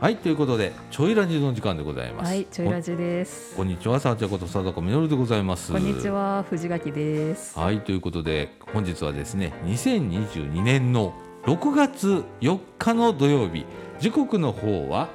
はいということでちょいラジの時間でございます、はい、ちょいラジです。こんにちはさあちゃんこと貞子みのるでございますこんにちは、藤垣です。はいということで本日はですね2022年の6月4日の土曜日時刻の方は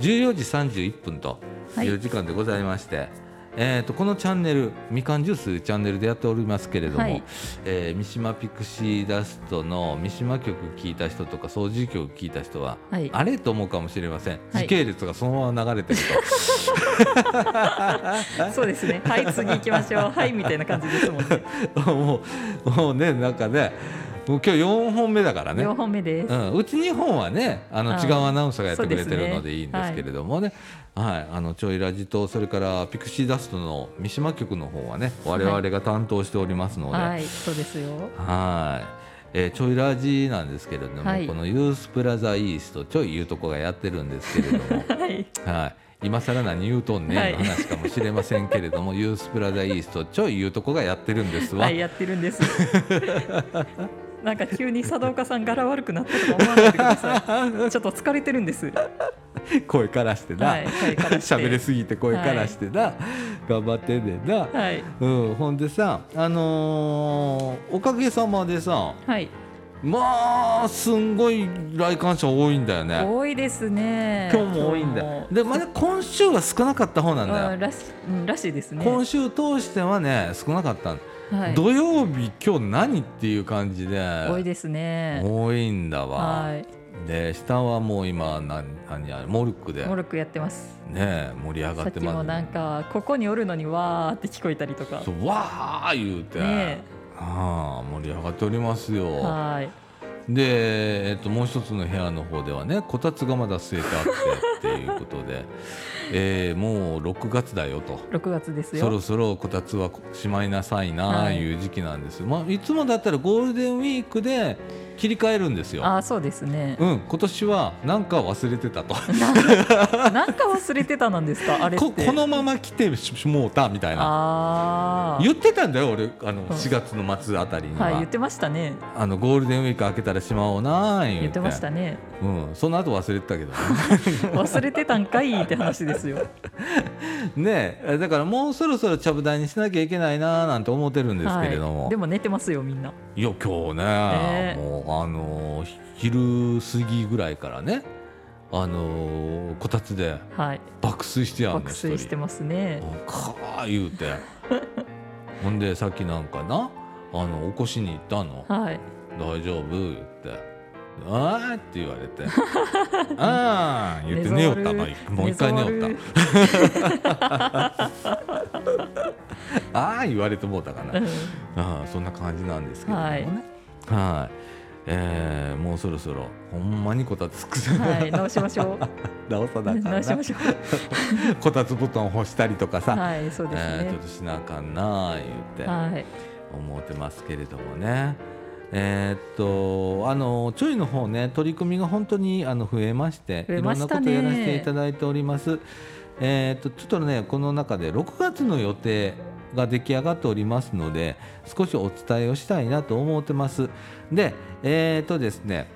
14時31分とはいいう時間でございまして、えー、とこのチャンネルみかんジュースチャンネルでやっておりますけれども、はいえー三島ピクシーダストの三島曲聴いた人とか掃除曲聴いた人は、はいあれと思うかもしれませんはい時系列がそのまま流れてると。 そうですね。はい、次行きま しょう。はい、みたいな感じですもんね。もうもうねなんかねもう今日4本目だからね四、本目です。うん、うち2本はねあのあ違ーうアナウンサーがやってくれてそうでるすねのでいいんですけれどもねはい、あのちょいラジとそれからピクシーダストの三島局の方はね我々が担当しておりますので。はい、そうですよ。はいえー、ちょいラジなんですけれども、はいこのユースプラザイーストちょいいうとこがやってるんですけれど も、はい、はい、今更何言うとんねんの話かもしれませんけれども、ユースプラザイーストちょいいうとこがやってるんですわ。はい、やってる んです。なんか急に佐藤岡さん柄悪くなったとか思わないでくださ い。ちょっと疲れてるんです。は声からしてな、はい声からし て喋りすぎて声からしてな、頑張ってんねんな、い、うん、ほんでさあのーおかげさまでさはい、まあすんごい来館者多いんだよね多いですね。今日も多いんだ今よ日もでまだ今週が少なかった方なんだあよらし、うんらしいですね。今週通してはね少なかったの、はい、土曜日今日何っていう感じで多いですね。多いんだわ、はい、で下はもう今何何あれモルックでモルックやってます。ね盛り上がさっってきますもなんかここにおるのにわーって聞こえたりとか。そうわー言うて、ねああ盛り上がっておりますえよはい。で、えっと、もう一つの部屋の方ではねこたつがまだ据えてあってっていうことで、 えーもう6月だよと。六月ですよ。そろそろこたつはしまいなさいなあはいいう時期なんです、いまあ、いつもだったらゴールデンウィークで切り替えるんですよ。あーそうですね。うん、今年はなんか忘れてたとなんか忘れてたなんですかあれって。こ このまま来てししもうたみたいなああ。言ってたんだよ俺あのん4月の末あたりには、はい言ってましたね。あのゴールデンウィーク明けたらしまおうなあ言う言ってましたね。うん、その後忘れてたけどね忘れてたんかいって話ですよ。ねえだからもうそろそろちゃぶ台にしなきゃいけないななんて思ってるん ですけれども、、はいい。でも寝てますよみんな。や今日ね、えもうあのー昼過ぎぐらいからねあのーこたつではい。爆睡してやんの爆睡してもますね。かー言うてほんでさっきなんかなあの起こしに行ったのはい。大丈夫言って「ああ」って言われ て「ああ」言って寝よったの寝もう一回寝よ寝っ相た「ああ」言われてもうたかな悪いああそんな感じなんですけれどもねはいえーもうそろそろほんまにこたつくせうんはい直しましょう。 直さなあか直んしなましょこたつ布団干したりとかう。さ、はいそうですえーちょねっ。としなあかんなあ言って、はい思ってますけれどもね。えーっとあのちょいの方ね取り組みが本当にあの増えまして増えましたいねろんなことやらせていただいております。えーっとちょっとねこの中で6月の予定が出来上がっておりますので少しお伝えをしたいなと思ってます。でえーっとですね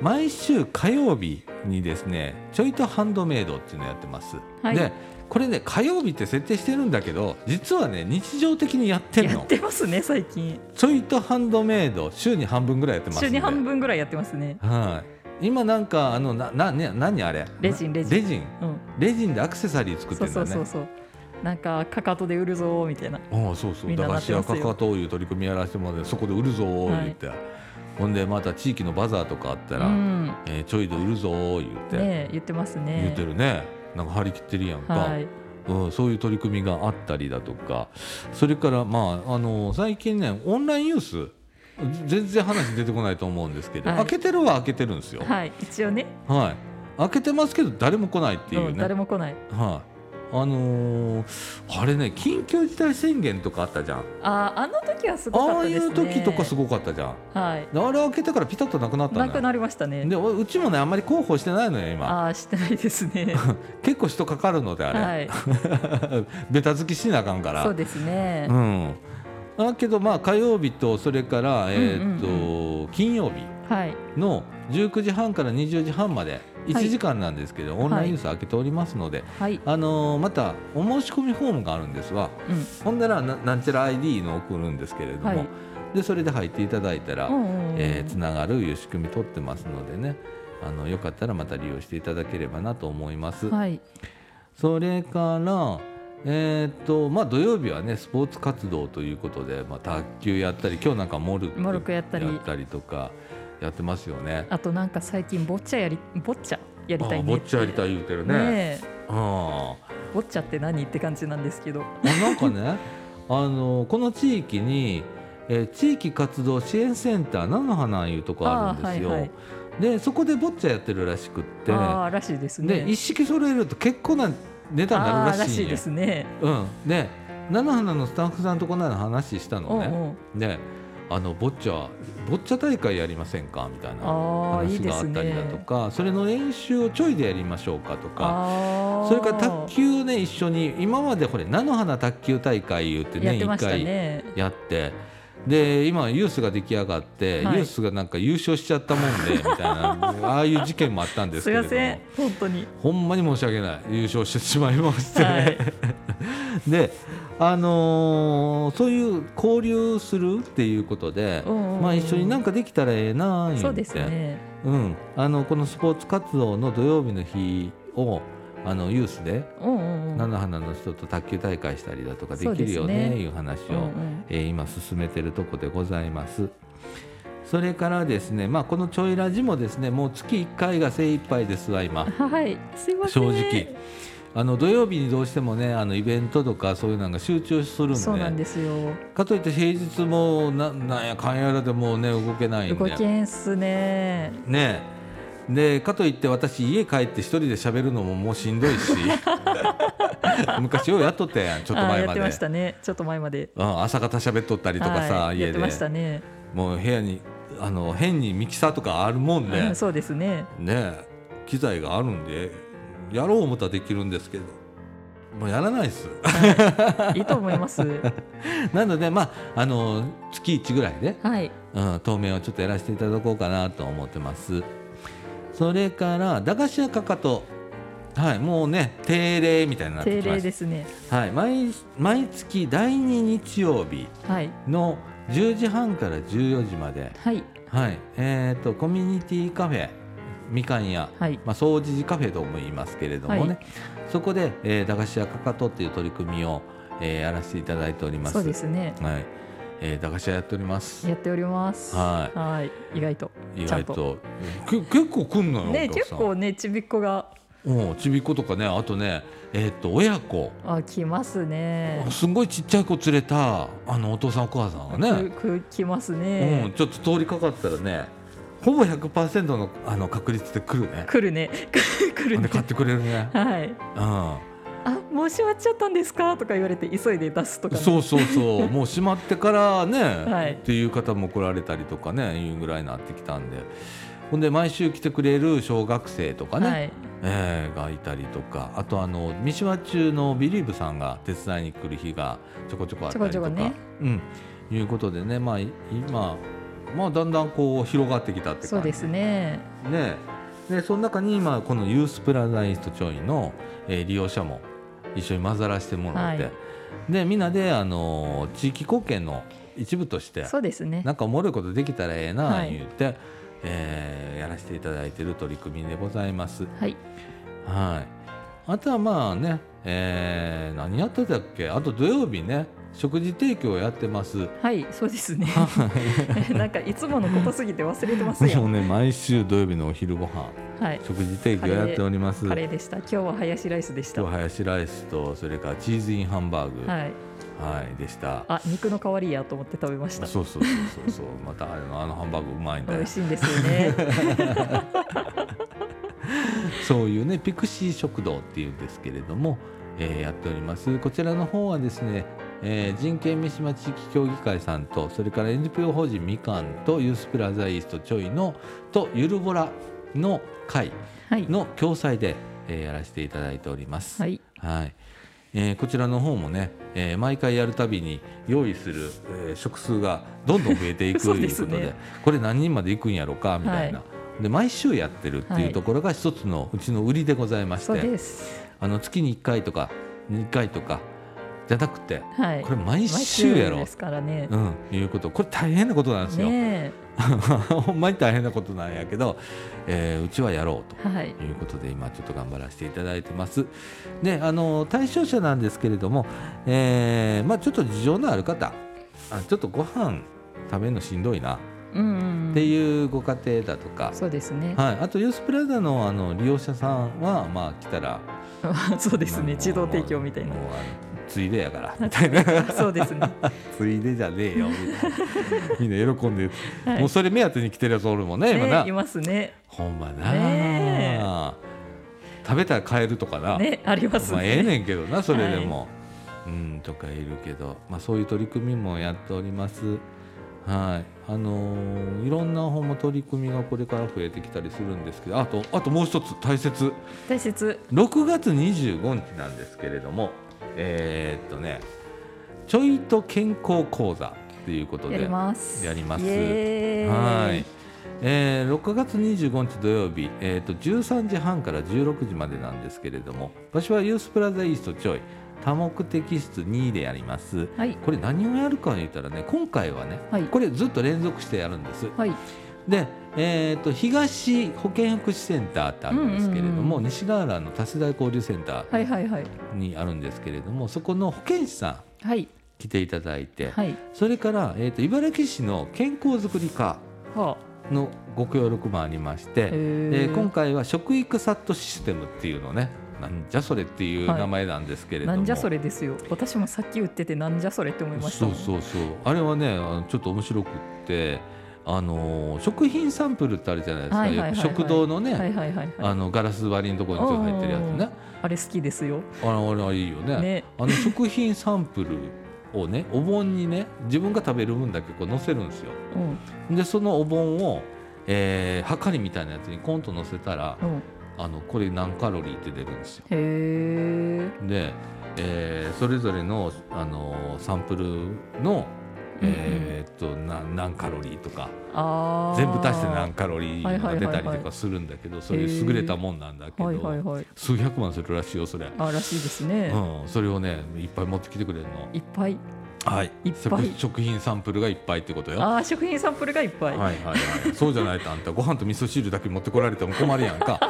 毎週火曜日にですねちょいとハンドメイドっていうのやってます。はいでこれね火曜日って設定してるんだけど実はね日常的にやってるやのっ。てますね最近。ちょいとハンドメイド週に半分ぐらいやってますんで週に半分ぐらいやってますね。はい今なんかあのななね何あれレジンなレジンレジンうん。レジンでアクセサリー作っそてだうんそようねそうそうなんかかかとで売るぞーみたいなああそうそうみん駄な菓なって子ま屋すよかかという取り組みやらせてもらってそこで売るぞー言って、ほんでまた地域のバザーとかあったら、うんねえーちょいと売るぞー言って、え言ってますね言ってるねなんか張り切ってるやんか、はいうん、そういう取り組みがあったりだとかそれから、まあ、あの最近ねオンラインニュース全然話出てこないと思うんですけど、はい開けてるは開けてるんですよ、はいはい一応ね開けてますけど誰も来ないっていううんね、誰も来ないはいあのーあれね緊急事態宣言とかあったじゃん、あーあの時はすごかあっあたいですねう時とかすごかったじゃんはいあれ開けてからピタッとなくなったなのくよなりましたねでうちもねあんまり広報してないのよ今ああしてないですね結構人かかるの であれ、はい ベタ付きしなあかんからそうですねうん、だけどまあ火曜日とそれから、えーっとうん金曜日はいの19時半から20時半まで1時間なんですけど、オンラインニュース開けておりますので、はい。あのーまたお申し込みフォームがあるんですわうん。ほんならななんちゃら ID の送るんですけれども、はいでそれで入っていただいたら、うんうんえーつながるいう仕組み取ってますのでねあのよかったらまた利用していただければなと思います。はい。それからえーっとまあ、土曜日はねスポーツ活動ということで、まあ、卓球やったり今日なんかモルクモルックやったりとかやってますよね。あとなんか最近ボッチャやりボッチャやりたいあね。ぼっちゃやりたい言うてるね。ねああえ。ボッチャって何って感じなんですけど。あなんかね あのこの地域に、えー地域活動支援センター菜の花いうとこあるんですよ。あーはいはいでそこでボッチャやってるらしくってああらしいですね。で一式揃えると結構な値段になあるーららししいいんでやすね。うん、で菜の花のスタッフさんとこの間話したのね。うんうんであのボッチャボッチャ大会やりませんかみたいなああい話いでがあすったりねだ。とか、それの練習をちょいでやりましょうかとかああ。それから卓球ね一緒に今までこれ菜の花卓球大会言ってやっ年てま1した回ね。やってで今ユースが出来上がって、はいユースがなんか優勝しちゃったもんでみたいなああいう事件もあったんですすけいれまどせんも本当に。ほんまに申し訳ない優勝してしまいまして、ねはい であのーそういう交流するっていうことで、うんうんまあ、一緒になんかできたらええなあ言てそうですね。うん、あのこのスポーツ活動の土曜日の日をあのユースでうんうんう菜ん。の花の人と卓球大会したりだとかでそうきでるすねよねいう話を、うんうんえー今進めてるとこでございます。それからですね、まあ、このちょいラジもですねもう月1回が精一杯ですわ今。はい。すいません。正直あの土曜日にどうしてもねあのイベントとかそういうのが集中するんでそうなんですよ。かといって平日もななんやかんやらでもうね動けないん動でけんっすね。ねでかといって私家帰って一人で喋るのももうしんどい し昔ようやっとったやんちょっとあー前やまってでましたね。ちょっと前まで。うん、朝方喋っとったりとかさ、はい、や家ってでましたね。もう部屋にあの変にミキサーとかあるもんで、うんそうですね。ね機材があるんでやろう思ったらできるんですけどもうやらないです。いいと思い ます。はなので、まあ、あの月1ぐらいで、い。うん、当面はちょっとやらせていただこうかなと思ってます。それから駄菓子屋かかと、はい、もうね定例みたいになって定きま例しですね。た、はい、毎毎月第2日曜日はい。の10時半から14時まで、はい。はいえー、とコミュニティカフェみかん屋はい。まあ、掃除時カフェとも言いますけれどもね、はいそこで、えー駄菓子屋かかとっていう取り組みを、えーやらせていただいております。そうですね。はい、えー、駄菓子屋やっております。やっております。はいい意外と。意ちゃん外とけ結構来んのよ、ね、お客結さん構ね、ちびっこが、うん、ちびっ子とかねあとねえーっと親子あ、来ますね。すんごいちっちゃい子連れたあのお父さんお母さんがね、く、く、来ますうん、ね。ちょっと通りかかったらねほぼ100%のあの確率で来るね来るね。 来るでね。買ってくれる ね、はい。うあ、もう閉まっちゃったんですかとか言われて、急いで出すとかん、ね。そうそう そうもう閉まってからね、はいっていう方も来られたりとかねいうぐらいになってきたんでほんで毎週来てくれる小学生とかね、はい。えーがいたりとかあとあの三島中のビリーブさんが手伝いに来る日がちょこちょこあったりとかちょこちょこねうん、いうことでね、まあ、い今、まあ、だんだんこう広がってきたってそ感うじですね。ねでその中に今このユースプラザイストチョイの、えー利用者も一緒に混ざらせてもらって、はいでみんなで、あのー地域貢献の一部としてそうですね。なんかおもろいことできたらええなはあい言って、えーやらせていただいてる取り組みでございます。はい。はい、あとはまあね、えー何やってたっけあと土曜日ね食事提供やってますもはい、そうですね。 なんかいつものことすぎて忘れてますよ。うね毎週土曜日のお昼ご飯はい。食事提供やっておりますカ今レーでした。今日はハヤシライスでした。日ははハヤシライスとそれからチーズインハンバーグ、はいい。でしたあ、肉の代わりやと思って食べました。そうそうそうそうそうまたあのあのハンバーグうまいんだ美よ味しいんですよね。そういうねピクシー食堂っていうんですけれども、えーやっておりますこちらの方はですね、えー人権三島地域協議会さんとそれから NPO 法人みかんとユースプラザイーストチョイのとゆるぼらの会はい。の共催で、えーやらせていただいております。はい。はいえーこちらの方もね、えー毎回やるたびに用意する、えー食数がどんどん増えていくと そういでうこすとねでこれ何人までいくんやろかみたいな、で毎週やってるっていうところが一つのうちの売りでございまして、そうです。あの月に1回とか2回とかじゃなくてはい。これ毎週やろですからねう。ん、いうことこれ大変なことなんですよ、ね ほんまに大変なことなんやけど、えーうちはやろうとえ。はい。ということで今ちょっと頑張らせていただいてます。であの対象者なんですけれども、えーまあ、ちょっと事情のある方あちょっとご飯食べるのしんどいなうんうん。っていうご家庭だとか、そうですね。はい、あとユースプラザのあの利用者さんは、まあ、来たら そうですもうね。自動提供みたいも。なうあのついでやからみたいな そうですね。ついでじゃねえよみ たいなみんな喜んで、はいもうそれ目当てに来てるやつおるもんね今なねいますね。ほんまな、ね食べたら買えるとかな、ね、ありますまあ、ええねんけどなそれでも、うんとかいるけど、まあ、そういう取り組みもやっておりますはいあのーいろんな方も取り組みがこれから増えてきたりするんですけどあとあともう一つ大切大切。 6月25日なんですけれどもえーっとねちょいと健康講座っていうことやでります。やりますイエーイはい。。えー6月25日土曜日、えー、と13時半から16時までなんですけれども場所はユースプラザイーストちょい多目的室2でやりますはい。これ何をやるか言ったらね今回はねはい。これずっと連続してやるんですはい。で、えー、と東保健福祉センターってあるんですけれどうんうんも、う西河原の多世代交流センタはいはいはい。ーにあるんですけれどもそこの保健師さんはい。来ていただいて、はい。それから、えー、と茨城市の健康づくり課はのご協力もありましあ。て、ええー今回は食育サットシステムっていうのねなんじゃそれっていうはい名前なんですけれども、なんじゃそれですよ。私もさっき言っててなんじゃそれって思いましたそも。うんそうそうあれはねあのちょっと面白くってあのー食品サンプルってあるじゃないですか、はいはいはいはいよく食堂のね、はいはいはいはい。あのガラス張りのところにちょっと入ってるやつねあれ好きですよ。あれあれはいいよねね。あの食品サンプルをねお盆にね自分が食べる分だけこう載せるんですようん。でそのお盆を、えー、はかりみたいなやつにコンと載せたら、うん。あのこれ何カロリーって出るんですよ。へで、えーそれぞれの、あのーサンプルの、えーっとな何カロリーとかーあー全部足して何カロリーが出たりはいはいはといはかいするんだけどそういう優れたもんなんだけど、はいはいはい。数百万するらしいよそれ、あらしいですね。うん、それをねいっぱい持ってきてくれるの。いっぱい。はい、いっぱい食食品サンプルがいっぱいってことよ。ああ食品サンプルがいっぱはいい。はいはい、そうじゃないとあんたご飯と味噌汁だけ持ってこられても困るやんか。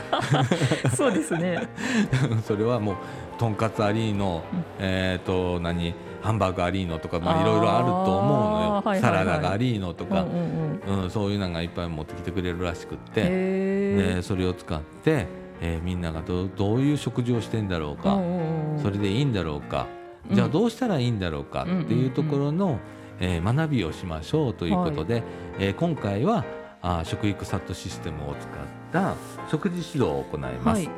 そうですね。 それはもうとんかつありの、うんえっ、と何ハンバーグありのとかまああーいろいろあると思うのよ、はいはいはいサラダがありのとうんうか、んうん。うんそういうのがいっぱい持ってきてくれるらしくって、へでそれを使って、えーみんながどどういう食事をしてんだろうえ。うか、んうんうん。それでいいんだろうか、うんじゃあどうしたらいいんだろうかっていうところの、えー学びをしましょうということで、えー今回はあー食育サットシステムを使った食事指導を行います。はい。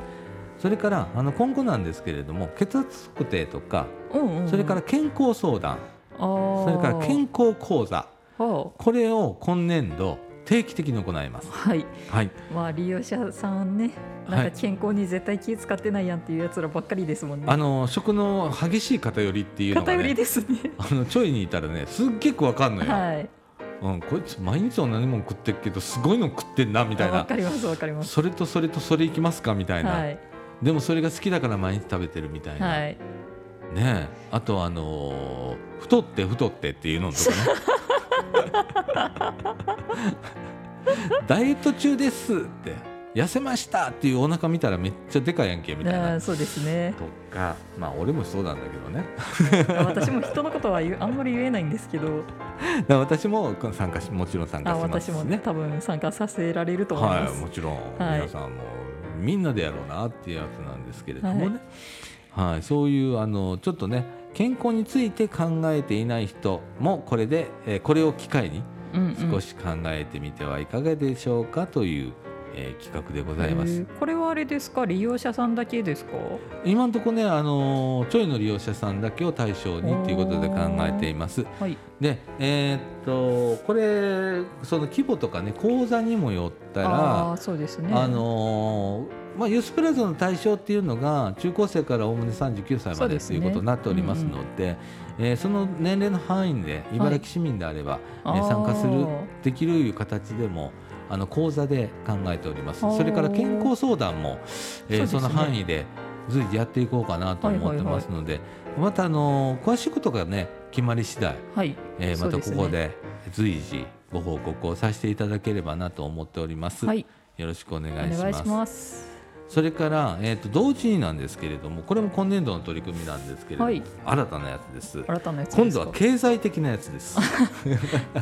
それからあの今後なんですけれども血圧測定とかうんうん。それから健康相談、あー。それから健康講座はこれを今年度定期的に行いますあ。。はい。はい、まあ利用者さんね。なんか健康に絶対気使ってないやんっていうやつらばっかりですもんね。あの食の激しい偏りっていうのが、偏りね、ですね。あのちょいにいたらねすっげくわかんのよ、はい。うん、こいつ毎日同じもん食ってるけどすごいの食ってんなみたいわなかりますわかります。それとそれとそれいきますかみたいな、はいでもそれが好きだから毎日食べてるみたいな、はい。ねえあとあのー太って太ってっていうのとかね ダイエット中ですって痩せましたっていうお腹見たらめっちゃでかいやんけみたいあなーそうですね。とかまあ俺もそうなんだけどね 私も人のことは言うあんまり言えないんですけど、だから私も参加しもちろん参加あしますし私もねね多分参加させられると思いまはいす。もちろんはい皆さんもみんなでやろうなっていうやつなんですけれどもね、はいそういうあのちょっとね健康について考えていない人もこれで、えーこれを機会にうんう少んし考えてみてはいかがでしょうかという、えー企画でございまへす。ーこれはあれですか利用者さんだけですか。今のところね、あのーちょいの利用者さんだけを対象にということで考えています。はい。で、えーっとこれその規模とかね講座にもよったらああ。ーそうですね。あのーまあ、ユースプラザの対象っていうのが中高生からおおむね39歳そまうででとすいねうことになっておりますのでえーその年齢の範囲で茨城市民であれば、えー参加するあできるいう形でも、あの講座で考えておりますおーそれから健康相談も、えーそそうのですね範囲で随時やっていこうかなと思ってますので、またあのー詳しいことがね決まり次第、はい、えーまたこそうすねこで随時ご報告をさせていただければなと思っております、はいよろしくお願おいし願まいすしますそれから、えー、と同時になんですけれどもこれも今年度の取り組みなんですけれども、はい新たなやつです新たなやつですか今度は経済的なやつです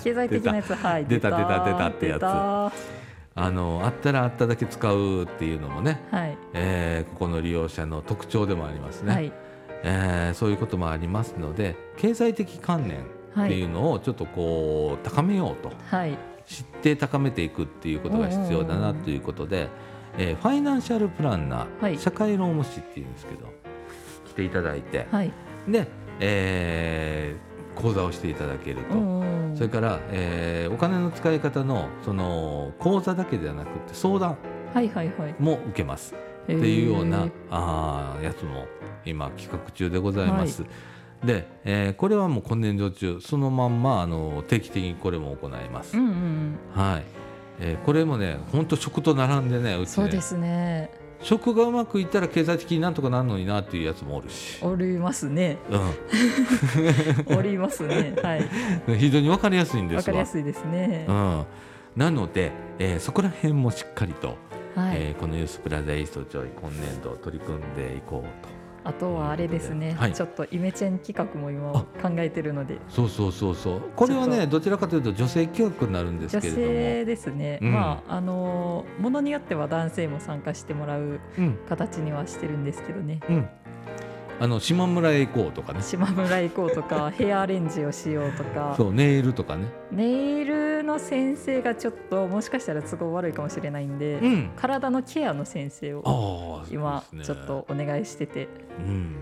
経済的なやつはい出た出た出たってやつ出たあのあったらあっただけ使うっていうのもね、はい、えーここの利用者の特徴でもありますね、はいえーそういうこともありますので経済的観念っはていいうのをちょっとこう高めようとはい知って高めていくっていうことが必要だなということで、えーファイナンシャルプランナー、はい社会労務士っていうんですけど来ていただいて、はいで、えー講座をしていただけると、うんうんそれから、えーお金の使い方のその講座だけではなくて相談はいはいはいっも受けますてっていうような、あーやつも今企画中でございます。で、えーこれはもう今年度中そのまんまあの定期的にこれも行います。うんうんうんはいえーこれもね本当食と並んでねうちそうでねすね食がうまくいったら経済的になんとかなるのになっていうやつもおるし、おりますねうおりますねはいん、 非常に分かりやすいんでわすかりわや。すいですね、うん、なので、えーそこら辺もしっかりと、はい、えーこのユースプラザイーストジョイ今年度取り組んでいこうとあとはあれですね、はいちょっとイメチェン企画も今あ考えてるのでそうそうそうそうこれはちょねっどちらかというと女性企画になるんです女けれども性ですね、うんまああのものによっては男性も参加してもらううん形にはしてるんですけどねうんあの島村へ行こうとかね島村行こう とかヘアアレンジをしようとかそうネイルとかねネイルの先生がちょっともしかしたら都合悪いかもしれないんで、うん体のケアの先生をああ今そうですちょねっとお願いしててうん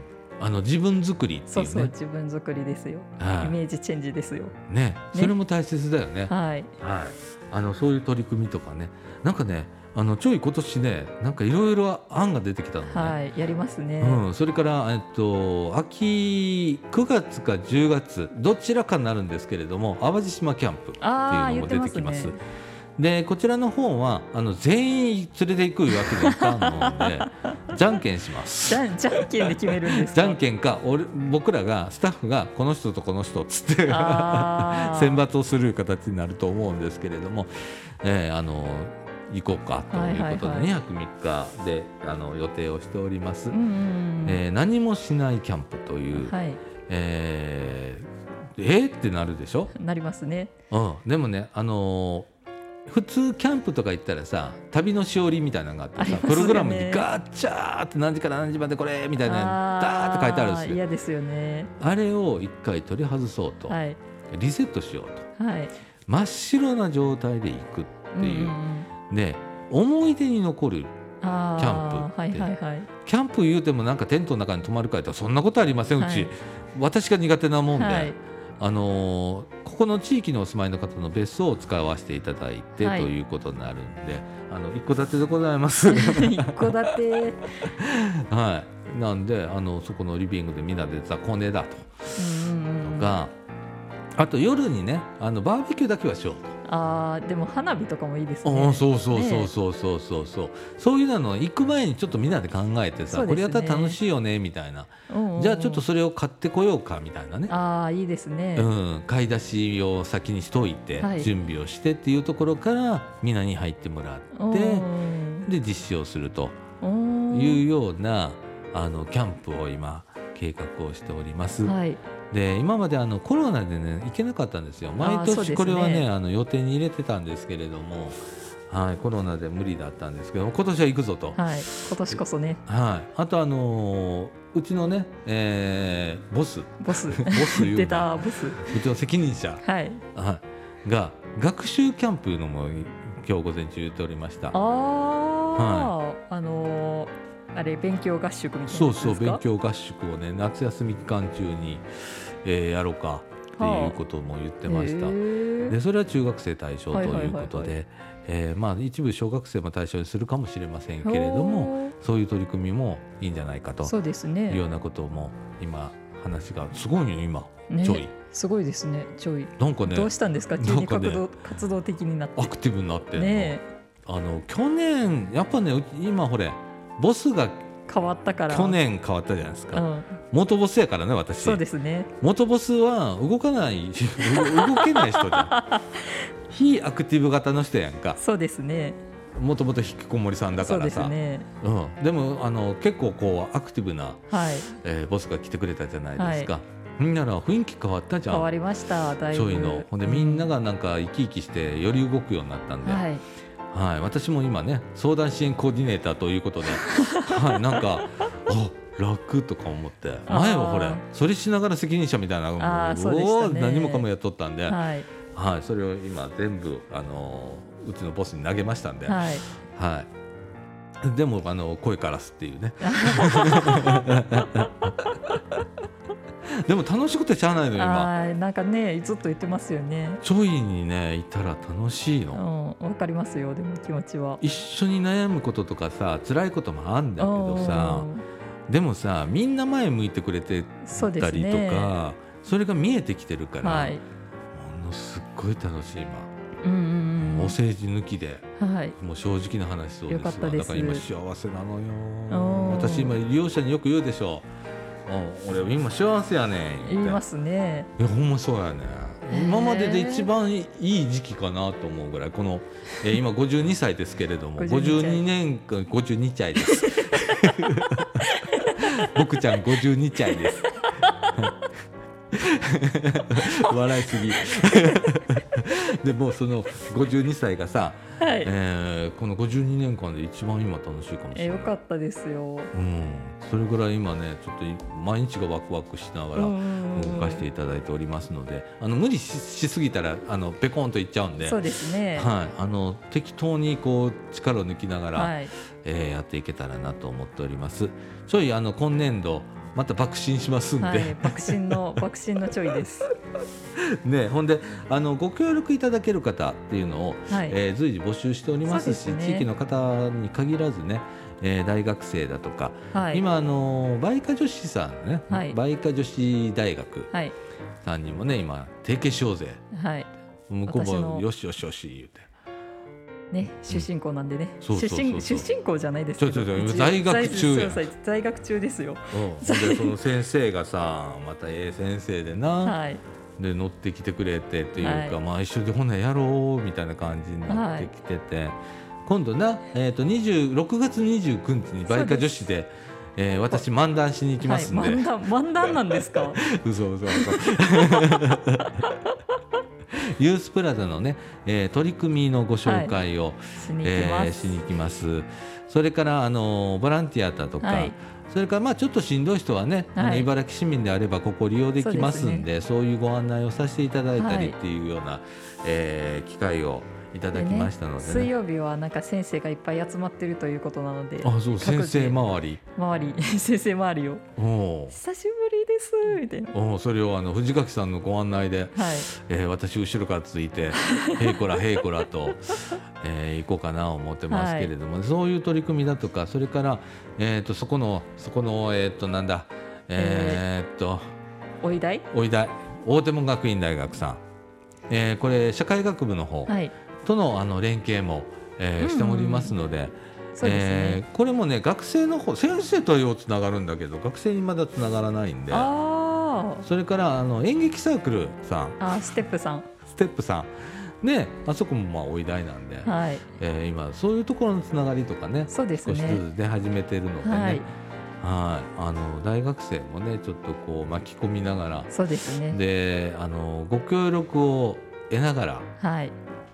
あの自分作りってそういうねそう自分作りですよはいイメージチェンジですよねそれも大切だよねはいはいあのそういう取り組みとかねなんかねあのちょい今年ねなんかいろいろ案が出てきたのね、はいやりますね、うん、それから、えっと、秋9月か10月どちらかになるんですけれども淡路島キャンプっていうあーのも出てきます。言ってまでこちらの方はあの全員連れていくわけにはいかんの でじゃんけんします。じゃんじゃんけんで決めるんですじかゃんけんか俺僕らがスタッフがこの人とこの人っつって選 あー抜をする形になると思うんですけれども、えーあの行こうかということで、はいはいはい2泊3日であの予定をしております。うんうんうんえー何もしないキャンプという、はいえーえーってなるでしょ、なりますねうん、でもね、あのー普通キャンプとか行ったらさ旅のしおりみたいなのがあってありさ、ますよプロねグラムにガッチャーって何時から何時までこれみたいなのダーって書いてあるんですよ嫌ですよねあれを一回取り外そうと、はいリセットしようとはい真っ白な状態で行くっていううんうんうんで思い出に残るあキャンプーってはいはいはいキャンプ言うてもなんかテントの中に泊まるかいとそんなことありません、うはいち私が苦手なもんで、 はいあのーここの地域にお住まいの方の別荘を使わせていただいて、はいということになるんであの一戸建てでございます。は 一戸建てい、なんであのそこのリビングでみんなで雑魚寝だとうんうんうんか、あと夜にねあのバーベキューだけはしようと。あーでも花火とかもいいですああねそうそうねそうそうそうそうそう、そういうのを行く前にちょっとみんなで考えてさ、そうですねこれやったら楽しいよねみたいなうんうんじゃあちょっとそれを買ってこようかみたいなねああいいですねうん、買い出しを先にしといて、はい準備をしてっていうところからみんなに入ってもらってで実施をするといいうような、あのキャンプを今計画をしております。はいで今まであのコロナでね行けなかったんですよ毎そうです年ねこれはねあの予定に入れてたんですけれども、はい、コロナで無理だったんですけど今年は行くぞと。はいはい今年こそねあとあのーうちのね、えー ボスボスボス言う出なたボスうちの責任者はいはい、が学習キャンプいうのも今日午前中言っておりましたあ。あ、あのーあれ勉強合宿みたいなそやうつですそかう勉強合宿をね夏休み期間中に、えーやろうかっていうことも言ってました。へーでそれは中学生対象ということはいはいはいはでえーまあ一部小学生も対象にするかもしれませんけれどもほそういう取り組みもいいんじゃないかとーそうですいうようねなことも今話がすごいよ今、ねちょいすごいですねちょいなんかねどうしたんですか急なんにかね活動,、活動的になってアクティブになってんのねあの去年やっぱねうち今ほれボスがえ変わったから去年変わったじゃないですうかん、元ボスやからね私そうですね元ボスは動かない 動けない人じゃん 非アクティブ型の人やんかそうですねもともと引きこもりさんだかそうらですさねうん、でもあの結構こうアクティブな、はいえーボスが来てくれたじゃないですか、みんなら雰囲気変わったじゃ変わんりましただいちぶょいのほんでみんなが、がなんか生き生きしてより動くようになったんで、はいはい、私も今ね相談支援コーディネーターということで、 はい、なんかあ楽とか思ってあー前はこれそれしながら責任者みたいなもあーそうでしたねう何もかもやっとったんで、ははいいそれを今全部、あのーうちのボスに投げましたんで、ははいいでも、あの声からすっていうねでも楽しくてしゃあないのよ 今 はいなんかねずっと言ってますよねちょいにねいたら楽しいうの。んわかりますよでも気持ちは一緒に悩むこととかさ辛いこともあんだけどさうんでもさみんな前向いてくれてそうでたすりとねかそ,、れが見えてきてるから、はいものすっごい楽しいうんう今、んお世辞抜きでうんはいもう正直な話そうでよすかったですだから今幸せなのおよー私今利用者によく言うでしょうん俺今幸せやねんって言いますねいやほんまそうやねへー今までで一番いい時期かなと思うぐらいこの、えー今52歳ですけれども 52 52年間52歳です 僕ちゃん52歳です 笑いすぎでもうその52歳がさ、はい、えーこの52年間で一番今楽しいかもしえれないよかったですようん、それぐらい今ねちょっとい毎日がワクワクしながらうんうんうん動かしていただいておりますのであの無理ししすぎたらあのペコンといっちゃうんでそうですねはい、あの適当にこう力を抜きながら、はいえーやっていけたらなと思っておりますちょいあの今年度また爆心しますんで、はい、爆心の爆心のちょいです。 ね、ほんであのご協力いただける方っていうのを、はい、えー随時募集しておりますしそうですね地域の方に限らずね、えー大学生だとかはい、今あの梅花女子さんね、はい梅花女子大学はい、さんにもね今提携しようぜはい、向こ私うものよしよしよし言うてね、出身校なんでね、そうそうそうそう出身出身校じゃないですけど。ちょちょちょ一応在学中やん在そうそう在学中ですよ。うんほんで その先生がさまたええ先生でな、はい、で乗ってきてくれてっていうか、はいまあ一緒でほなやろうみたいな感じになってきてて、今度な、えー、と20 6月29日に梅花女子でえー私漫談しに行きまはい、すんで、 漫談漫談なんですか。嘘 嘘嘘ユースプラザのね、えー取り組みのご紹介を、しに行きえまーす。しに行きますそれからあのボランティアだとか、はいそれからまあちょっとしんどい人はね、あのはい茨城市民であればここ利用できますんでそういうご案内をさせていただいたはりいっていうような、えー機会をいただできましたので水ね。曜日はなんか先生がいっぱい集まってるということなので、あそう先生周り周 り先生周りをおう久しぶりですみたいな。おうそれをあの藤垣さんのご案内ではい、えー私後ろからつい て「へいこらへいこらと」えー行こうかな思ってますけれども、そういう取り組みだとかそれから、えー、とそこのそこのえっ、となんだえっ、とおいだい。おいだ大手門学院大学さん、えーこれ社会学部の方はい、とのあの連携も、えーしておりますので。そうですえね。ーこれもね学生の方先生とはようつながるんだけど学生にまだつながらないんであそれからあの演劇サークルさんあ、あーステップさん。ステップさんねあそこもまあおい大なんで、はい、えー今そういうところのつながりとかねそうです少しずね。つ出始めてるのでね、ははいい、あの大学生もねちょっとこう巻き込みながらそうですね。であのご協力を得ながらはい。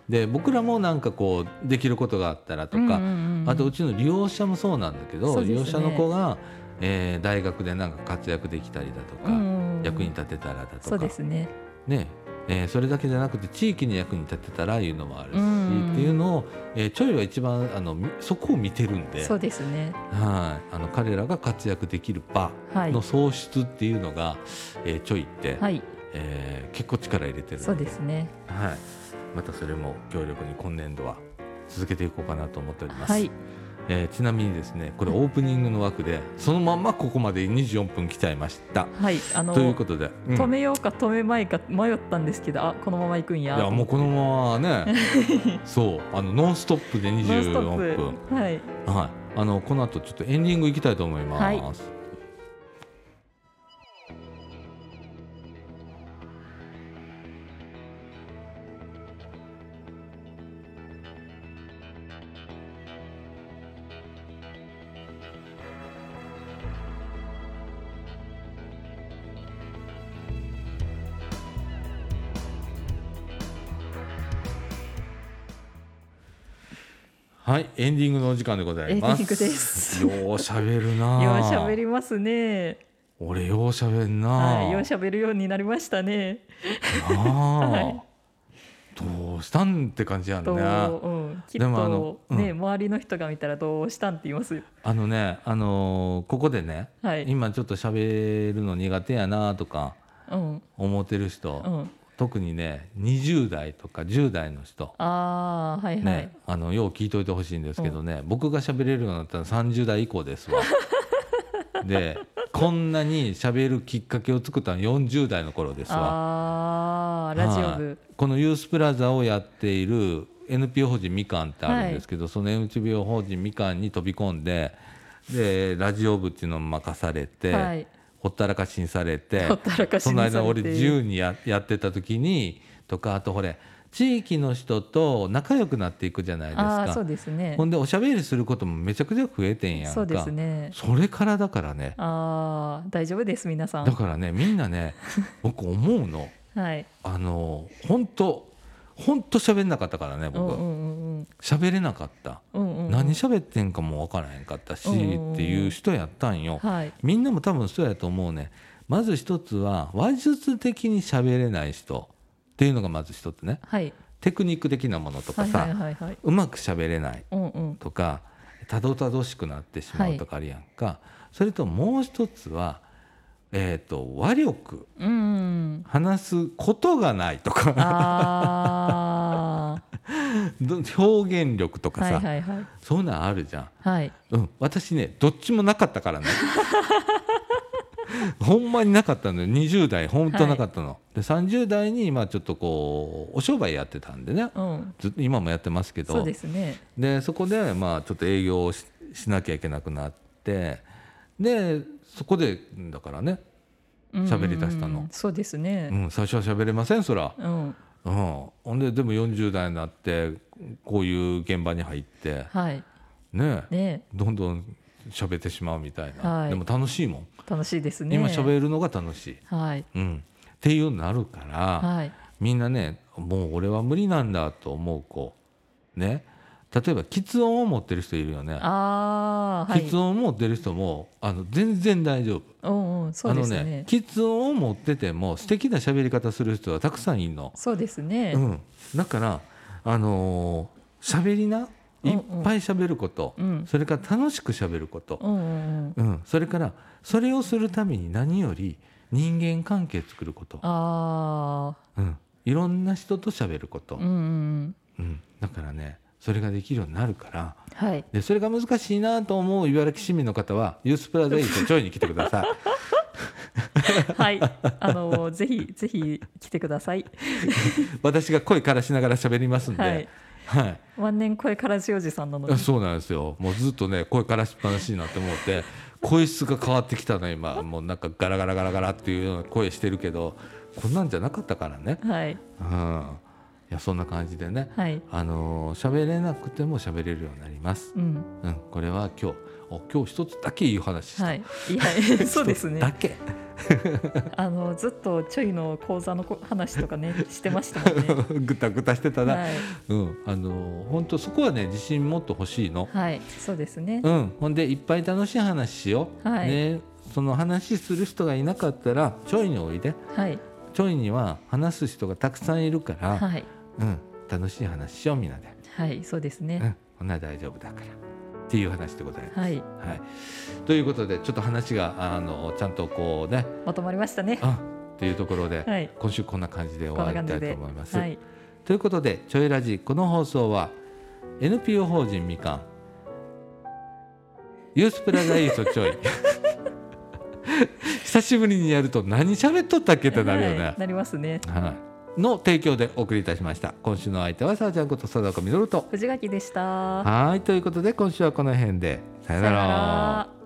で僕らもなんかこうできることがあったらとか、うんうんうんあとうちの利用者もそうなんだけど、そうです利ね用者の子が、えー大学でなんか活躍できたりだとか、うん役に立てたらだとそかうですね。ねえーそれだけじゃなくて地域に役に立てたらいうのもあるし、うんっていうのを、えーちょいは一番あのみそこを見てるんでそうですね。はいあの彼らが活躍できる場はいの。創出っていうのが、えーちょいって、はい。えー結構力入れてるんそうですね。はい、またそれも協力に今年度は続けていこうかなと思っております。はい。えーちなみにですねこれオープニングの枠でそのまんまここまで24分来ちゃいました。はい、あのということで、うん止めようか止めまいか迷ったんですけど、あこのまま行くんや。いやもうこのまま ねそうあのノンストップでノンス24トッ分プ。はい。はいあのこの後ちょっとエンディングいきたいと思います。はいはい、エンディングのお時間でございます。エンディングですよう喋るな。ようしゃべりますね。俺よう喋んな。はい、ようしゃべるようになりましたね。なあ、はいどうしたんって感じやんねと、うん、きっでもあのとうんね、周りの人が見たらどうしたんって言いますよ。あのねあのーここでね、はい。今ちょっと喋るの苦手やなとかうん、思ってる人、うん。特にね20代とか10代の人、ああ、はいはい。ねあのよう聞いといてほしいんですけどね、僕が喋れるようになったのは30代以降ですわでこんなに喋るきっかけを作ったのは40代の頃ですわああ、ラジオはい部。このユースプラザをやっている NPO 法人みかんってあるんですけど、その NPO 法人みかんに飛び込んででラジオ部っていうのを任されて、はいほったらかしにされてほったらかしにそさのれて間俺自由にややってた時にとかあとほれ地域の人と仲良くなっていくじゃないですああ、そかう。ですねほ。んでおしゃべりすることもめちゃくちゃ増えてんやんかそうですね。それからだからねああ、大丈夫です、皆さだん。からねみんな ね僕思うのはい。あの本当本当喋んなかったからねうんう僕んうん喋れなかった、うん。うんうんうん。何喋ってんかも分からへんかったし、うんうんうんっていう人やったんよ、はい。みんなも多分そうやと思うねまず一つは話術的に喋れない人っていうのがまず一つねはい。テクニック的なものとかはいさ、はいはいはいうまく喋れないうんうん。とかたどたどしくなってしまうとかあるやんか、それともう一つは、えー、と話力うん うん。話すことがないとかあど表現力とあ。かはさ、いはいはい。そういうのあるじゃん。はい。うん、私ねどっちもなかった からねほんまになかったのよ20代本当なかったの、で30代に今ちょっとこうお商売やってたんでねうん。ずっと今もやってますけどそうですね。でそこでまあちょっと営業をししなきゃいけなくなってでそこでだからね、うんうんうん喋り出したのそうですうね。ん、最初は喋れませんそら、うん。うん、ほんででも40代になってこういう現場に入ってはい。ねね。どんどん喋ってしまうみたいな、はいでも楽しいもん楽しいですね。今喋るのが楽しい、はい。うん、っていうようになるから、はい。みんなねもう俺は無理なんだと思う子ね例えば喫音を持ってる人いるよね、ああ。はい。喫音を持ってる人もあの全然大丈夫、うんうん。そあうでのすねね。喫音を持ってても素敵な喋り方する人はたくさんいるの、そうですね。うん、だからあのー喋りなうんいうんっぱい喋ること、うんそれから楽しく喋ること、うんうんうん。うん、それからそれをするために何より人間関係作ること、あうん、いろんな人と喋ること、うあ。うんうんん。だからねそれができるようになるからはい。でそれが難しいなと思う茨城市民の方はユースプラザイトちょいに来てくださ はい。あの、ぜひ、ぜひ来てください。い私が声からしながら喋りますんで、ははいい万年声からじおじさんなのであ。そうなんですよもうずっとね声からしっぱなしになって思って声質が変わってきたね今もうなんかガラガラガラガラっていうような声してるけどこんなんじゃなかったからね。はい。うん、いやそんな感じでね、はい。あのー喋れなくても喋れるようになります。うん。うん、これは今日、お今日一つだけいい話した。はい。いや、そうです一つだね。け。 あの、ずっとちょいの講座のこ話と かね、してましたもん ね。ぐたぐたしてたな。はい。うん、あのー本当そこはね、自信もっと欲しいの。はい。そうですね。うん、ほんでいっぱい楽しい話しよう。はいね、その話する人がいなかったら、ちょいにおいで。はい。ちょいには話す人がたくさんいるから、はい。うん、楽しい話しようみんなで。はい。そうですうね。ん、ほんなら大丈夫だから。っていう話でございます。はい。はい、ということでちょっと話があのちゃんとこうねまとまりましたね。あっていうところで、はい。今週こんな感じでこん終なわ感りたいじとで。思います。はい。ということで「ちょいラジ」この放送は NPO 法人みかんユースプラザいいそちょい 久しぶりにやると何喋っとったっけってなるよね、はいなりますね。はい、の提供でお送りいたしました今週の相手はさあちゃんこと佐岡みのると藤垣でした。はいということで今週はこの辺でさよなら。